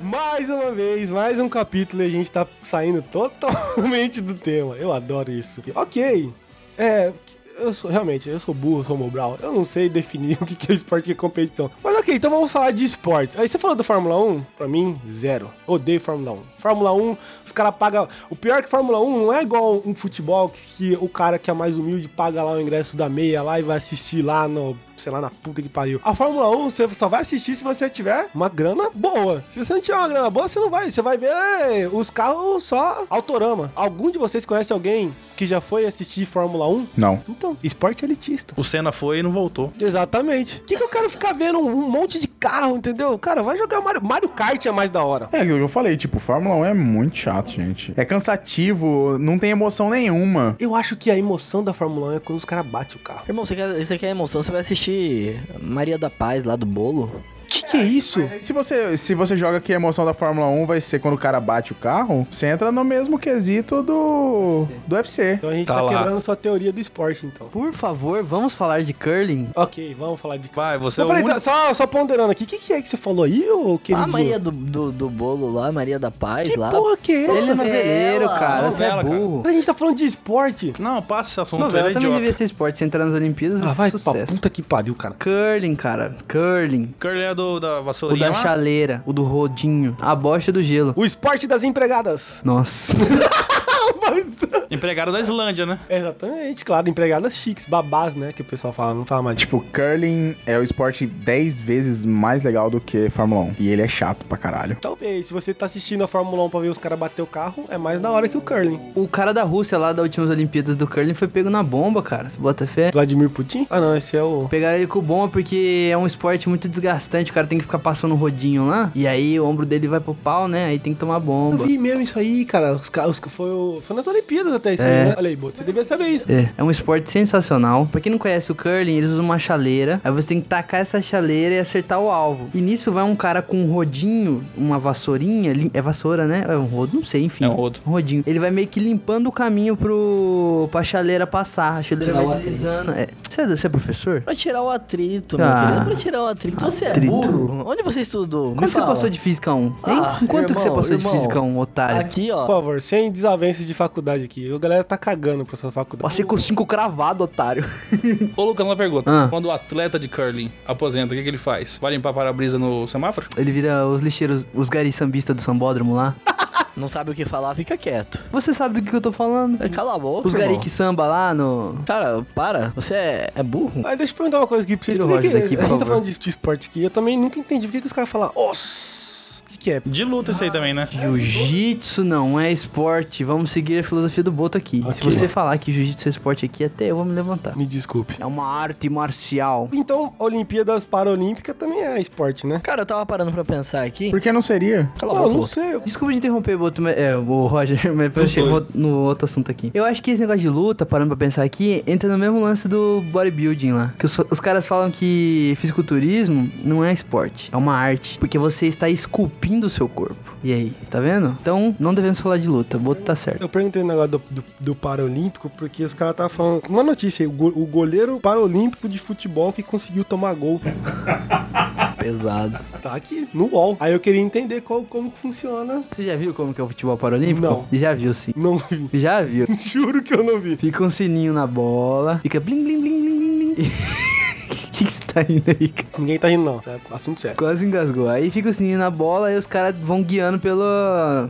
Speaker 1: Mais uma vez, mais um capítulo e a gente tá saindo totalmente do tema. Eu adoro isso. Ok. É. Eu sou, realmente, eu sou burro, sou mobral. Eu não sei definir [laughs] o que que é esporte e o que é competição. Mas ok, então vamos falar de esportes. Aí você falou do Fórmula 1? Pra mim, zero. Odeio Fórmula 1. Fórmula 1, os caras pagam. O pior é que Fórmula 1 não é igual um futebol que, que o cara que é mais humilde paga lá o ingresso da meia lá e vai assistir lá no. Sei lá, na puta que pariu. A Fórmula 1 você só vai assistir se você tiver uma grana boa. Se você não tiver uma grana boa, você não vai. Você vai ver é, os carros só autorama. Algum de vocês conhece alguém que já foi assistir Fórmula 1?
Speaker 4: Não.
Speaker 1: Então, esporte elitista.
Speaker 2: O Senna foi e não voltou.
Speaker 1: Exatamente. O que, que eu quero ficar vendo um, um monte de carro, entendeu? Cara, vai jogar Mario, Mario Kart é mais da hora.
Speaker 4: É, o que eu falei, tipo, Fórmula 1 é muito chato, gente. É cansativo, não tem emoção nenhuma.
Speaker 1: Eu acho que a emoção da Fórmula 1 é quando os caras batem o carro.
Speaker 5: Irmão, você quer, você quer emoção? Você vai assistir Maria da Paz lá do bolo?
Speaker 1: O que, que é isso?
Speaker 4: Se você, se você joga que a emoção da Fórmula 1 vai ser quando o cara bate o carro, você entra no mesmo quesito do, do UFC.
Speaker 1: Então a gente tá,
Speaker 2: Tá lá.
Speaker 1: quebrando sua teoria do esporte, então.
Speaker 3: Por favor, vamos falar de curling?
Speaker 1: Ok, vamos falar de.
Speaker 2: Vai, você
Speaker 1: Não,
Speaker 2: é o
Speaker 1: peraí,
Speaker 2: único...
Speaker 1: tá, só, só ponderando aqui, o que, que é que você falou aí, ô queridinho?
Speaker 5: Ah, Maria do, do, do bolo lá, Maria da Paz
Speaker 1: Que
Speaker 5: lá.
Speaker 1: porra que é
Speaker 3: é Ele
Speaker 1: essa?
Speaker 3: é
Speaker 5: novela,
Speaker 3: noveleiro, cara. Você é
Speaker 2: novela, cara.
Speaker 3: burro.
Speaker 1: A gente tá falando de esporte.
Speaker 2: Não, passa esse assunto, ele
Speaker 3: Novela
Speaker 2: é
Speaker 3: também
Speaker 2: idiota.
Speaker 3: devia ser esporte. Você entrar nas Olimpíadas, vai
Speaker 1: Ah,
Speaker 3: ser
Speaker 1: vai pra
Speaker 3: sucesso.
Speaker 1: puta que pariu, cara.
Speaker 3: Curling, cara. Curling.
Speaker 2: Curly é do, da
Speaker 3: O
Speaker 2: vassourinha
Speaker 3: da
Speaker 2: lá?
Speaker 3: chaleira, o do rodinho, a bocha do gelo.
Speaker 1: O esporte das empregadas.
Speaker 3: Nossa.
Speaker 1: [laughs] Mas-
Speaker 2: Empregado da Islândia, né?
Speaker 1: Exatamente, claro, empregadas chiques, babás, né? Que o pessoal fala, não fala mais. Tipo,
Speaker 4: Tipo, curling é o esporte 10 vezes mais legal do que Fórmula 1. E ele é chato pra caralho.
Speaker 1: talvez, se você tá assistindo a Fórmula 1 pra ver os caras bater o carro, é mais da hora que o curling.
Speaker 3: o cara da Rússia lá das últimas Olimpíadas do curling foi pego na bomba, cara. Você bota fé?
Speaker 1: Vladimir Putin? Ah, não, esse é o.
Speaker 3: Pegaram ele com bomba porque é um esporte muito desgastante. O cara tem que ficar passando um rodinho lá. E aí o ombro dele vai pro pau, né? Aí tem que tomar
Speaker 1: Eu
Speaker 3: bomba.
Speaker 1: vi mesmo isso aí, cara. Os carros foi, o- foi nas Olimpíadas até isso aí, né? Olha aí, Boto, você devia saber isso.
Speaker 3: É, é um esporte sensacional. Pra quem não conhece o curling, eles usam uma chaleira. Aí você tem que tacar essa chaleira e acertar o alvo. E nisso vai um cara com um rodinho, uma vassourinha. lim- É vassoura, né? É um rodo, não sei, enfim.
Speaker 2: É um rodo.
Speaker 3: rodinho. Ele vai meio que limpando o caminho pro... pra chaleira passar. A chaleira vai deslizando. É, Você é, você é professor?
Speaker 5: Pra tirar o atrito, meu
Speaker 3: Ah.
Speaker 5: querido. é Pra tirar o atrito. Você
Speaker 3: Atrito.
Speaker 5: é burro? Onde você estudou? Me
Speaker 3: Quando você
Speaker 5: fala.
Speaker 3: passou de Física 1? Hein?
Speaker 5: Ah,
Speaker 3: Em Quanto que você
Speaker 5: irmão,
Speaker 3: passou de
Speaker 5: irmão.
Speaker 3: Física 1, otário?
Speaker 5: Aqui, ó.
Speaker 1: Por favor, sem desavenças de faculdade aqui. A galera tá cagando pra sua faculdade.
Speaker 3: Passei com 5 cravado, otário.
Speaker 2: Ô, Lucas, uma pergunta.
Speaker 3: Ah.
Speaker 2: Quando o atleta de curling aposenta, o que, que ele faz? Vai limpar para-brisa no semáforo?
Speaker 3: Ele vira os lixeiros, os garis sambistas do sambódromo lá.
Speaker 5: Não sabe o que falar, fica quieto.
Speaker 3: Você sabe do que eu tô falando?
Speaker 5: É, Cala a boca.
Speaker 3: Hum. Os
Speaker 5: irmão.
Speaker 3: gari que samba lá no...
Speaker 5: Cara, para. Você é, é burro?
Speaker 1: Aí deixa eu perguntar uma coisa aqui pra vocês.
Speaker 3: Tira o
Speaker 1: Por que
Speaker 3: Roger
Speaker 1: que-
Speaker 3: daqui, por
Speaker 1: a gente tá
Speaker 3: favor.
Speaker 1: falando de, de esporte aqui. Eu também nunca entendi. Por que, que os caras falam, os? O que, que é?
Speaker 2: De luta isso aí também, né?
Speaker 3: Jiu-jitsu não é esporte. Vamos seguir a filosofia do Boto aqui.
Speaker 1: Ok.
Speaker 3: Se você falar que jiu-jitsu é esporte aqui, até eu vou me levantar.
Speaker 1: Me desculpe.
Speaker 3: É uma arte marcial.
Speaker 1: Então, Olimpíadas Paralímpica também é esporte, né?
Speaker 5: Cara, eu tava parando pra pensar aqui.
Speaker 4: Por que não seria?
Speaker 5: Cala a
Speaker 1: Não,
Speaker 5: boca.
Speaker 1: não
Speaker 5: Lucas.
Speaker 1: sei.
Speaker 3: Desculpa de interromper, Boto, mas- é, o Roger, [laughs] mas eu
Speaker 2: Os
Speaker 3: chego
Speaker 2: dois.
Speaker 3: no outro assunto aqui. Eu acho que esse negócio de luta, parando pra pensar aqui, entra no mesmo lance do bodybuilding lá. Que os, os caras falam que fisiculturismo não é esporte, é uma arte. Porque você está esculpindo o seu corpo. E aí, tá vendo? Então, não devemos falar de luta. Boto tá certo.
Speaker 1: Eu perguntei o negócio do, do, do Paralímpico porque os caras estavam falando. Uma
Speaker 3: [laughs]
Speaker 1: notícia aí, o, go- o goleiro paralímpico de futebol que conseguiu tomar gol.
Speaker 5: Pesado.
Speaker 1: Tá aqui, no UOL. Aí eu queria entender qual, como que funciona.
Speaker 3: Você já viu como que é o futebol paralímpico?
Speaker 1: Não.
Speaker 3: Já viu sim.
Speaker 1: Não vi. [laughs]
Speaker 2: [laughs]
Speaker 3: Já viu.
Speaker 1: Juro que eu não vi.
Speaker 3: Fica um sininho na bola, fica blim blim blim blim blim. blim. [laughs] O que que você tá rindo aí, cara?
Speaker 1: Ninguém tá rindo, não. Tá? Assunto sério.
Speaker 3: Quase engasgou. Aí fica o sininho na bola e os caras vão guiando pelo,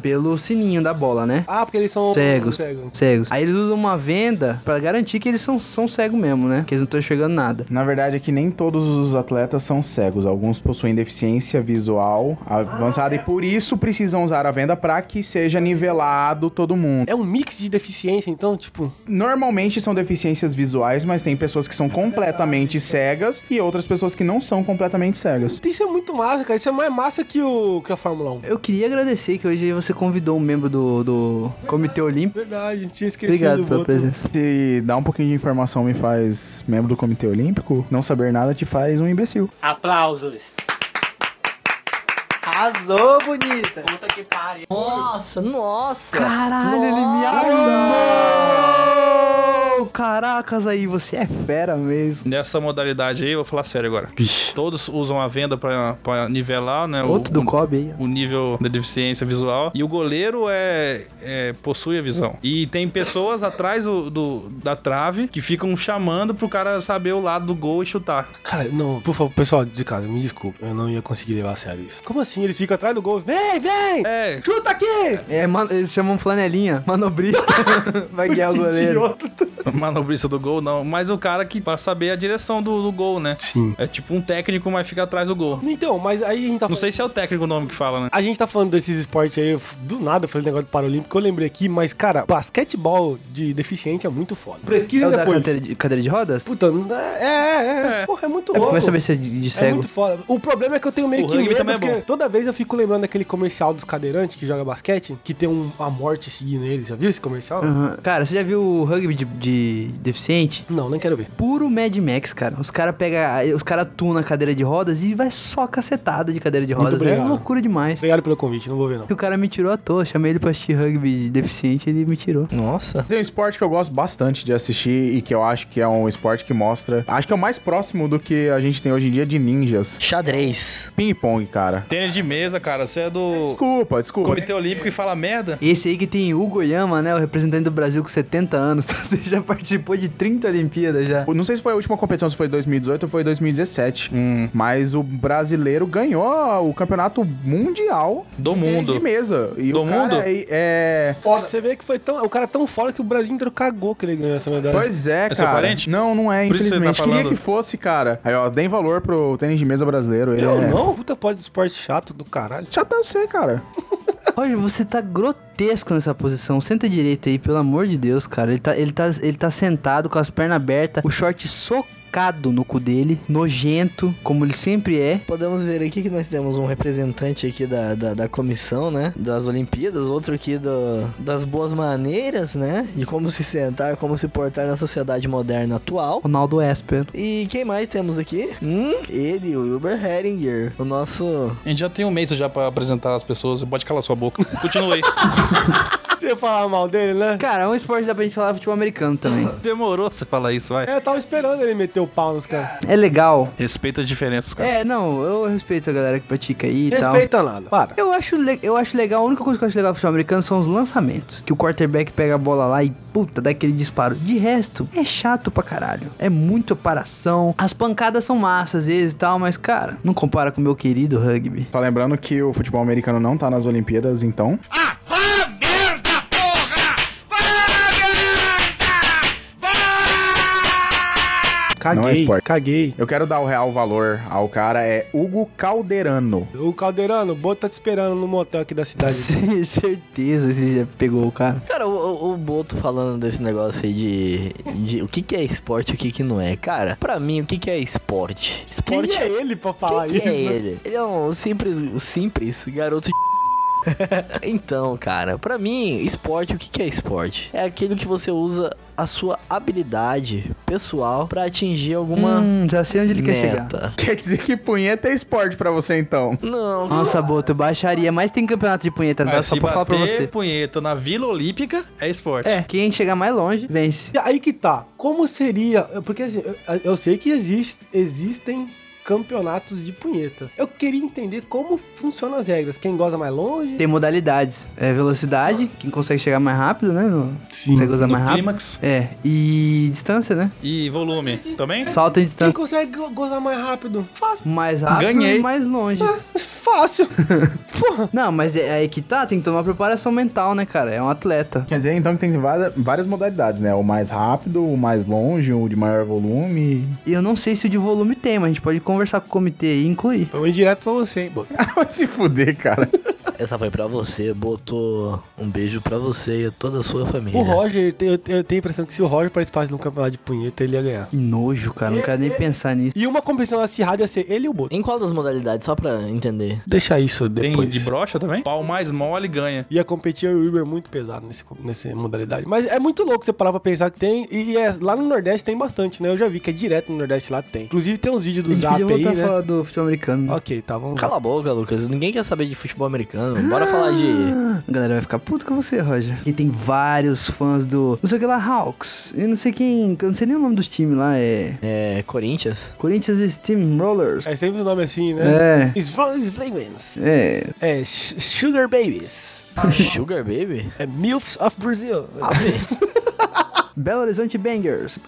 Speaker 3: pelo sininho da bola, né?
Speaker 1: Ah, porque eles são
Speaker 3: Cegos.
Speaker 1: cegos.
Speaker 3: Cegos. Aí eles usam uma venda pra garantir que eles são, são cegos mesmo, né? Que eles não estão enxergando nada.
Speaker 4: Na verdade é que nem todos os atletas são cegos. Alguns possuem deficiência visual avançada e por isso precisam usar a venda pra que seja nivelado todo mundo.
Speaker 1: É um mix de deficiência, então, tipo.
Speaker 4: Normalmente são deficiências visuais, mas tem pessoas que são completamente cegas e outras pessoas que não são completamente cegas.
Speaker 1: Isso é muito massa, cara. Isso é mais massa que, o, que a Fórmula É 1.
Speaker 3: Eu queria agradecer que hoje você convidou um membro do, do Comitê Olímpico.
Speaker 1: Verdade, tinha esquecido
Speaker 3: Obrigado
Speaker 1: o
Speaker 3: pela
Speaker 1: boto.
Speaker 3: presença.
Speaker 4: Se dar um pouquinho de informação me faz membro do Comitê Olímpico, não saber nada te faz um imbecil.
Speaker 7: Arrasou, bonita.
Speaker 5: Nossa, nossa.
Speaker 3: Caralho, ele me amou! Caracas aí, você é fera mesmo.
Speaker 2: Nessa modalidade aí, eu vou falar sério agora. Todos usam a venda pra, pra nivelar, né? o-
Speaker 3: Outro do
Speaker 2: o-
Speaker 3: Kobe aí. ó.
Speaker 2: o nível da deficiência visual. E o goleiro é, é- possui a visão. E tem pessoas atrás do, do- da trave que ficam chamando pro cara saber o lado do gol e chutar.
Speaker 1: Cara, não, por favor, pessoal de casa, me desculpa. Eu não ia conseguir levar a sério isso. Como assim? Eles ficam atrás do gol. Vem, vem!
Speaker 2: É, [laughs]
Speaker 1: Chuta aqui!
Speaker 3: É, mano, eles chamam flanelinha, manobrista. [laughs] Vai guiar o goleiro.
Speaker 1: Idiota.
Speaker 2: manobrista do gol não, mas o cara que pra saber a direção do, do gol, né?
Speaker 1: Sim.
Speaker 2: É tipo um técnico, mas fica atrás do gol.
Speaker 1: Então, mas aí a gente tá
Speaker 2: Não sei se é o técnico o nome que fala, né?
Speaker 1: A gente tá falando desses esportes aí, eu f- do nada eu falei negócio do Paralímpico, eu lembrei aqui, mas, cara, basquetebol de deficiente é muito foda.
Speaker 3: É
Speaker 1: Pesquisa
Speaker 3: o da
Speaker 1: depois.
Speaker 3: cadeira de, cadeira de rodas?
Speaker 1: Puta, não- é, é, é, Porra, é muito
Speaker 3: É,
Speaker 1: louco.
Speaker 3: vai saber se é de, de
Speaker 1: É
Speaker 3: cego.
Speaker 1: muito foda. O problema é que eu tenho meio
Speaker 2: O
Speaker 1: que
Speaker 2: rugby
Speaker 1: medo,
Speaker 2: também é
Speaker 1: porque
Speaker 2: bom.
Speaker 1: toda vez eu fico lembrando daquele comercial dos cadeirantes que joga basquete, que tem um- uma morte seguindo eles. Já viu esse comercial?
Speaker 3: Aham. Cara, você já viu o rugby de, de deficiente?
Speaker 1: Não, nem quero ver.
Speaker 3: Puro Mad Max, cara. Os caras pega, os cara tunam a cadeira de rodas e vai só cacetada de cadeira de
Speaker 1: Muito
Speaker 3: rodas. É
Speaker 1: obrigado.
Speaker 3: loucura demais.
Speaker 1: Obrigado pelo convite, não vou ver não.
Speaker 3: E o cara me tirou à toa. Chamei ele pra assistir rugby de deficiente ele me tirou.
Speaker 5: Nossa.
Speaker 4: Tem um esporte que eu gosto bastante de assistir e que eu acho que é um esporte que mostra. Acho que é o mais próximo do que a gente tem hoje em dia de ninjas.
Speaker 5: Xadrez.
Speaker 4: Ping-pong, cara.
Speaker 2: Tênis de mesa, cara. Você é do
Speaker 4: Desculpa, desculpa.
Speaker 2: Comitê Olímpico e fala merda?
Speaker 3: Esse aí que tem o Goiama, né? O representante do Brasil com 70 anos. [laughs] Você já participou de 30 Olimpíadas já.
Speaker 4: Eu Não sei se foi a última competição, se foi 2018 ou foi 2017.
Speaker 2: Hum,
Speaker 4: Mas o brasileiro ganhou o campeonato mundial
Speaker 2: do
Speaker 4: de
Speaker 2: mundo.
Speaker 4: mesa. E
Speaker 2: Do
Speaker 4: o cara
Speaker 2: mundo?
Speaker 4: aí É.
Speaker 1: Você vê que foi tão. O cara é tão fora que o Brasil inteiro cagou que ele ganhou essa medalha.
Speaker 4: Pois é, cara.
Speaker 2: seu parente?
Speaker 4: Não, não é,
Speaker 2: Por isso você tá
Speaker 4: infelizmente. Queria
Speaker 2: falando.
Speaker 4: que fosse, cara. Aí, ó, deem valor pro tênis de mesa brasileiro. Ele
Speaker 1: eu
Speaker 4: é...
Speaker 1: não? Puta pode de esporte chato do caralho.
Speaker 4: Já tá eu sei, cara.
Speaker 3: Roger, você tá grotesco nessa posição. Senta direito aí, pelo amor de Deus, cara. Ele tá, ele tá, ele tá sentado com as pernas abertas, o short socado no cu dele, nojento, como ele sempre é.
Speaker 5: Podemos ver aqui que nós temos um representante aqui da, da, da comissão, né? Das Olimpíadas, outro aqui do, das boas maneiras, né? De como se sentar, como se portar na sociedade moderna atual.
Speaker 3: Ronaldo Esper.
Speaker 5: E quem mais temos aqui? Hum, ele, o Wilber Heringer, o nosso...
Speaker 2: A gente já tem um mês já pra apresentar as pessoas. Pode calar sua boca. Continue aí.
Speaker 1: Você ia falar mal dele, né?
Speaker 3: Cara, é um esporte que dá pra gente falar futebol americano também.
Speaker 2: [laughs] Demorou você falar isso, vai.
Speaker 1: É, eu tava esperando ele meter o pau nos caras.
Speaker 3: É legal.
Speaker 2: Respeita as diferenças, cara.
Speaker 3: É, não, eu respeito a galera que pratica aí e tal.
Speaker 1: Respeita nada. Para.
Speaker 3: Eu acho, le- eu acho legal, a única coisa que eu acho legal do futebol americano são os lançamentos. Que o quarterback pega a bola lá e, puta, dá aquele disparo. De resto, é chato pra caralho. É muito paração. As pancadas são massa às vezes e tal, mas, cara, não compara com o meu querido rugby. [laughs]
Speaker 4: Só Tá lembrando que o futebol americano não tá nas Olimpíadas, então.
Speaker 6: Ah, vá merda, porra! Vá merda! Vá!
Speaker 1: Caguei,
Speaker 4: Não é esporte.
Speaker 1: caguei.
Speaker 4: Eu quero dar o real valor ao cara, é Hugo Calderano. [laughs]
Speaker 1: O Caldeirano, o Boto tá te esperando no motel aqui da cidade.
Speaker 3: Sim, certeza você já pegou o cara.
Speaker 5: Cara, o, o, o Boto falando desse negócio aí de, de o que que é esporte e o que que não é. Cara, pra mim, o que que é esporte?
Speaker 1: Quem
Speaker 5: Esporte
Speaker 1: é ele pra falar
Speaker 5: Quem
Speaker 1: isso?
Speaker 5: que é
Speaker 1: né?
Speaker 5: ele? Ele é um simples, um simples garoto de [laughs] então, cara, pra mim, esporte, o que que é esporte? É aquilo que você usa a sua habilidade pessoal pra atingir alguma
Speaker 3: Hum, já sei onde ele quer chegar.
Speaker 5: meta.
Speaker 4: Quer dizer que punheta é esporte pra você, então.
Speaker 5: Não,
Speaker 3: Nossa, Boto, eu baixaria, mas tem campeonato de punheta,
Speaker 2: Mas
Speaker 3: É, só
Speaker 2: Ah, se
Speaker 3: pra falar pra
Speaker 2: bater
Speaker 3: você.
Speaker 2: punheta na Vila Olímpica, é esporte.
Speaker 3: É, quem chegar mais longe, vence.
Speaker 1: E aí que tá. Como seria? Porque assim, eu, eu sei que existe, existem campeonatos de punheta. Eu queria entender como funcionam as regras. Quem goza mais longe?
Speaker 3: Tem modalidades. É velocidade, quem consegue chegar mais rápido, né? No, consegue usar
Speaker 2: No
Speaker 3: mais rápido.
Speaker 2: clímax
Speaker 3: É, e distância, né?
Speaker 2: e volume
Speaker 1: É.
Speaker 2: também?
Speaker 3: Salto em
Speaker 1: Quem
Speaker 3: distância
Speaker 1: consegue go- gozar mais rápido? Fácil. né? É
Speaker 3: mais rápido
Speaker 2: Ganhei.
Speaker 3: e mais longe.
Speaker 1: [laughs] Fácil. Porra.
Speaker 3: Não, mas é é aí que tá, tem que tomar preparação mental, né, cara? É um atleta.
Speaker 4: Quer dizer, então, que tem várias, várias modalidades, né? O mais rápido, o mais longe, o de maior volume. [laughs]
Speaker 3: E eu não sei se o de volume tem, mas a gente pode conversar com o comitê e incluir.
Speaker 1: Vou ir direto É um pra você, hein, Boca.
Speaker 4: Vai se fuder, cara.
Speaker 5: Essa foi pra você, botou um beijo pra você e toda a sua família.
Speaker 1: O Roger, eu, eu- eu tenho a impressão que se o Roger participasse de um campeonato de punheta, ele ia ganhar.
Speaker 3: Que nojo, cara, não quero nem pensar nisso.
Speaker 1: E uma competição acirrada ia ser ele e o Boto.
Speaker 5: Em qual das modalidades, só pra entender?
Speaker 1: Deixa isso
Speaker 2: Tem
Speaker 1: depois.
Speaker 2: de brocha também? Pau mais mole ganha.
Speaker 1: Ia competir eu e o Uber muito pesado nesse, nessa modalidade. Mas é muito louco você parar pra pensar que tem. E é- lá no Nordeste tem bastante, né? Eu já vi que é direto no Nordeste lá tem. Inclusive tem uns [laughs] vídeos
Speaker 3: A
Speaker 1: do
Speaker 3: gente
Speaker 1: Zap
Speaker 3: podia
Speaker 1: aí,
Speaker 3: voltar a
Speaker 1: né?
Speaker 3: falar do futebol americano. né?
Speaker 1: Ok, tá, vamos lá.
Speaker 5: Cala a boca, Lucas. Ninguém quer saber de futebol americano. Bora falar de.
Speaker 3: A galera vai ficar puta com você, Roger. E tem vários fãs do. Não sei o que lá, Hawks. E não sei quem. Eu não sei nem o nome dos times lá. É.
Speaker 5: É. Corinthians?
Speaker 3: Corinthians Steamrollers.
Speaker 1: É sempre os nomes assim, né?
Speaker 3: É.
Speaker 1: Svan Slavens.
Speaker 3: É.
Speaker 1: É Sh- Sugar Babies.
Speaker 5: [laughs] Sugar Baby?
Speaker 1: É MILFs of Brazil.
Speaker 3: Belo Horizonte Bangers.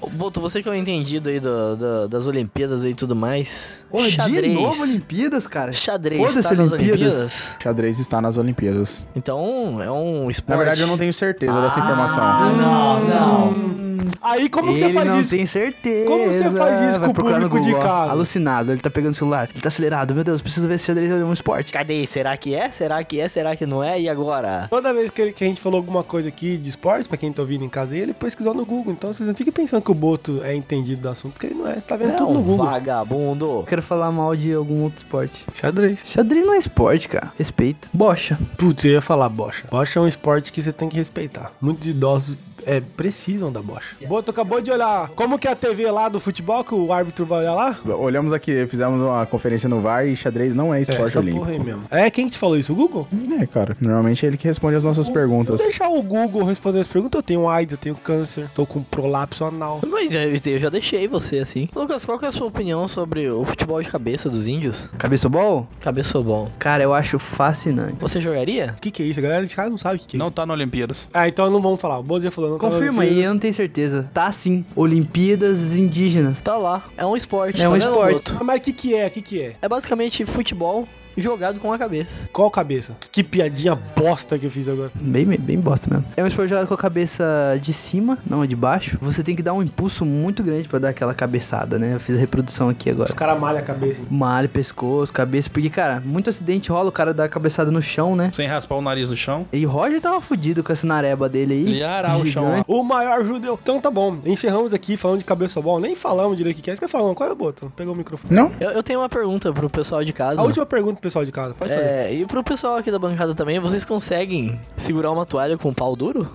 Speaker 5: Ô, Boto, você que é o entendido aí do- do- das Olimpíadas e tudo mais.
Speaker 3: Porra, de
Speaker 5: xadrez.
Speaker 3: novo Olimpíadas, cara.
Speaker 5: Xadrez,
Speaker 3: Foda-se
Speaker 5: tá nas
Speaker 3: Olimpíadas.
Speaker 5: Olimpíadas?
Speaker 4: Xadrez está nas Olimpíadas.
Speaker 5: Então, é um esporte.
Speaker 4: Na verdade, eu não tenho certeza
Speaker 1: Ah,
Speaker 4: dessa informação.
Speaker 5: Não, não.
Speaker 1: Aí como que
Speaker 3: ele
Speaker 1: você faz
Speaker 3: não
Speaker 1: isso?
Speaker 3: tem certeza.
Speaker 1: Como você faz isso
Speaker 3: Vai
Speaker 1: com o
Speaker 3: procurar no
Speaker 1: público de
Speaker 3: Google, ó.
Speaker 1: casa?
Speaker 3: Alucinado, ele tá pegando o celular, ele tá acelerado. Meu Deus, preciso ver esse xadrez é um esporte.
Speaker 5: Cadê? Será que é? Será que é? Será que não é? E agora?
Speaker 1: Toda vez que, ele- que a gente falou alguma coisa aqui de esportes, pra quem tá ouvindo em casa, aí, ele pesquisou no Google. Então vocês não fiquem pensando que o Boto é entendido do assunto, que ele não é. Tá vendo
Speaker 5: É
Speaker 1: tudo
Speaker 5: um
Speaker 1: no Google.
Speaker 5: vagabundo.
Speaker 3: Eu quero falar mal de algum outro esporte.
Speaker 1: Xadrez.
Speaker 3: Xadrez não é esporte, cara. Respeita. Bocha.
Speaker 1: Putz, eu ia falar bocha. Bocha é um esporte que você tem que respeitar. Muitos idosos é, precisam da bocha. Boto acabou de olhar como que é a TV lá do futebol, que o árbitro vai olhar lá?
Speaker 4: Olhamos aqui, fizemos uma conferência no VAR e xadrez não é esporte
Speaker 1: Essa
Speaker 4: olímpico.
Speaker 1: porra aí mesmo. É, quem que te falou isso? O Google?
Speaker 4: É, cara. Normalmente é ele que responde as nossas perguntas.
Speaker 1: Deixar o Google responder as perguntas. Eu tenho AIDS, eu tenho câncer, tô com prolapso anal.
Speaker 5: Mas eu eu já deixei você assim. Lucas, qual que é a sua opinião sobre o futebol de cabeça dos índios?
Speaker 3: Cabeça bol?
Speaker 5: Cabeça bom.
Speaker 3: Cara, eu acho fascinante.
Speaker 5: Você jogaria?
Speaker 1: O que que é isso? A galera de casa não sabe o que que é
Speaker 2: Não
Speaker 1: isso.
Speaker 2: tá na Olimpíadas.
Speaker 1: Ah, então não vamos falar. O Bozo já falou. Não tá
Speaker 3: Confirma aí, eu não tenho certeza. Tá sim. Olimpíadas indígenas.
Speaker 5: Tá lá. É um esporte.
Speaker 3: É
Speaker 5: tá
Speaker 3: um
Speaker 5: vendo,
Speaker 3: esporte.
Speaker 5: Boto?
Speaker 1: Ah, mas o que que é? O que que é?
Speaker 5: É basicamente futebol jogado com a cabeça.
Speaker 1: Qual cabeça? Que piadinha bosta que eu fiz agora.
Speaker 3: Bem, bem bosta mesmo. É um esporte jogado com a cabeça de cima, não a de baixo. Você tem que dar um impulso muito grande pra dar aquela cabeçada, né? Eu fiz a reprodução aqui agora.
Speaker 1: Os caras malham a cabeça. hein?
Speaker 3: Malha, pescoço, cabeça. Porque, cara, muito acidente rola, o cara dá a cabeçada no chão, né?
Speaker 2: Sem raspar o nariz no chão.
Speaker 3: E Roger tava fudido com essa nareba dele aí.
Speaker 2: Ele ia arar o chão
Speaker 3: Gigante.
Speaker 2: lá.
Speaker 1: O maior judeu. Então tá bom. Encerramos aqui falando de cabeça bom. Nem falamos direito o que que é. Você quer falar uma coisa, Boto? Pegou o microfone.
Speaker 4: Não?
Speaker 5: Eu, eu tenho uma pergunta pro pessoal de casa.
Speaker 1: A última pergunta pro pessoal de casa. Pode fazer.
Speaker 5: É, e pro pessoal aqui da bancada também, vocês conseguem segurar uma toalha com um pau duro?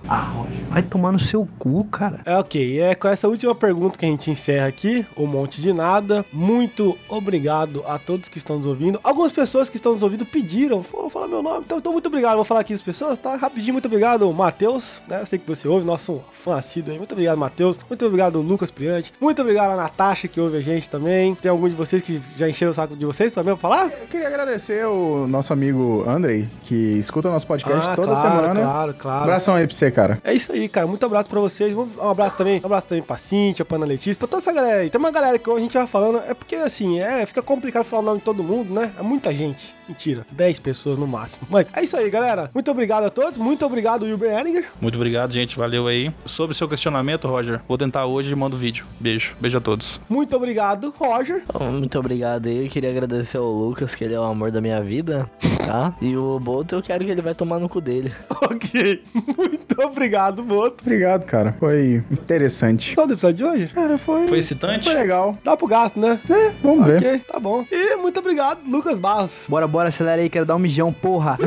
Speaker 3: Vai tomar no seu cu, cara.
Speaker 1: É ok, é com essa última pergunta que a gente encerra aqui, o monte de nada. Muito obrigado a todos que estão nos ouvindo. Algumas pessoas que estão nos ouvindo pediram, vou falar meu nome, então, então muito obrigado. Vou falar aqui as pessoas, tá? Rapidinho, muito obrigado, Matheus, né? Eu sei que você ouve, nosso fã assíduo aí. Muito obrigado, Matheus. Muito obrigado, Lucas Priante. Muito obrigado a Natasha que ouve a gente também. Tem algum de vocês que já encheram o saco de vocês também pra falar?
Speaker 4: Eu queria agradecer o nosso amigo Andrei, que escuta o nosso podcast toda
Speaker 1: Ah, claro,
Speaker 4: semana.
Speaker 1: claro, claro.
Speaker 4: Abração aí pra você, cara.
Speaker 1: É isso aí, cara. Muito abraço pra vocês. Um um abraço também. Um abraço também pra Cintia, pra Ana Letícia, pra toda essa galera aí. Tem uma galera que a gente vai falando. É porque, assim, é, fica complicado falar o nome de todo mundo, né? É muita gente. Mentira. 10 pessoas no máximo. Mas é isso aí, galera. Muito obrigado a todos. Muito obrigado, Wilber Eringer.
Speaker 2: Muito obrigado, gente. Valeu aí. Sobre o seu questionamento, Roger, vou tentar hoje e mando vídeo. Beijo. Beijo a todos.
Speaker 1: Muito obrigado, Roger. [laughs]
Speaker 5: Então, Muito obrigado aí, eu queria agradecer ao Lucas, que ele é o amor da minha vida, tá? E o Boto, eu quero que ele vai tomar no cu dele.
Speaker 1: ok. Muito obrigado, Boto.
Speaker 4: Obrigado, cara. Foi interessante.
Speaker 1: Todo episódio de hoje?
Speaker 4: Cara, foi,
Speaker 2: Foi excitante?
Speaker 4: foi legal.
Speaker 1: Dá pro gasto, né?
Speaker 4: É, vamos ver.
Speaker 1: Ok, tá bom. E muito obrigado, Lucas Barros.
Speaker 3: Bora, bora, acelera aí, quero dar um mijão, porra.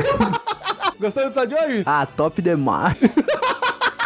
Speaker 1: Gostou do episódio de hoje?
Speaker 3: ah, top demais. [laughs]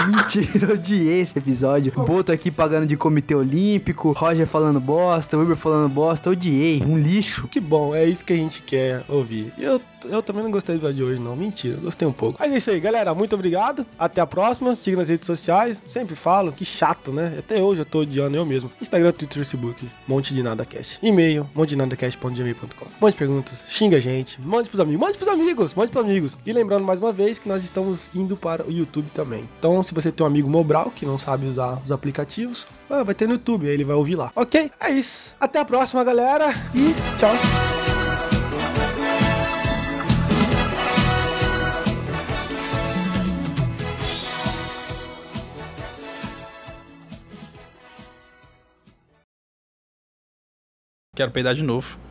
Speaker 3: Mentira, eu odiei esse episódio. Boto aqui pagando de comitê olímpico, Roger falando bosta, Uber falando bosta, eu odiei, um lixo.
Speaker 1: Que bom, é isso que a gente quer ouvir. E eu, eu também não gostei do episódio de hoje, não. Mentira, eu gostei um pouco. Mas é isso aí, galera. Muito obrigado. Até a próxima. Siga nas redes sociais. Sempre falo, que chato, né? Até hoje eu tô odiando eu mesmo. Instagram, Twitter, Facebook, monte de nada cash. E-mail, monte de nada cash.gmail.com. Monte de perguntas, xinga a gente, mande pros amigos, mande pros amigos, mande pros amigos. E lembrando mais uma vez que nós estamos indo para o YouTube também. Então, se você tem um amigo Mobral que não sabe usar os aplicativos, ah, vai ter no YouTube, aí ele vai ouvir lá. Ok? É isso. Até a próxima, galera. E tchau.
Speaker 2: Quero peidar de novo.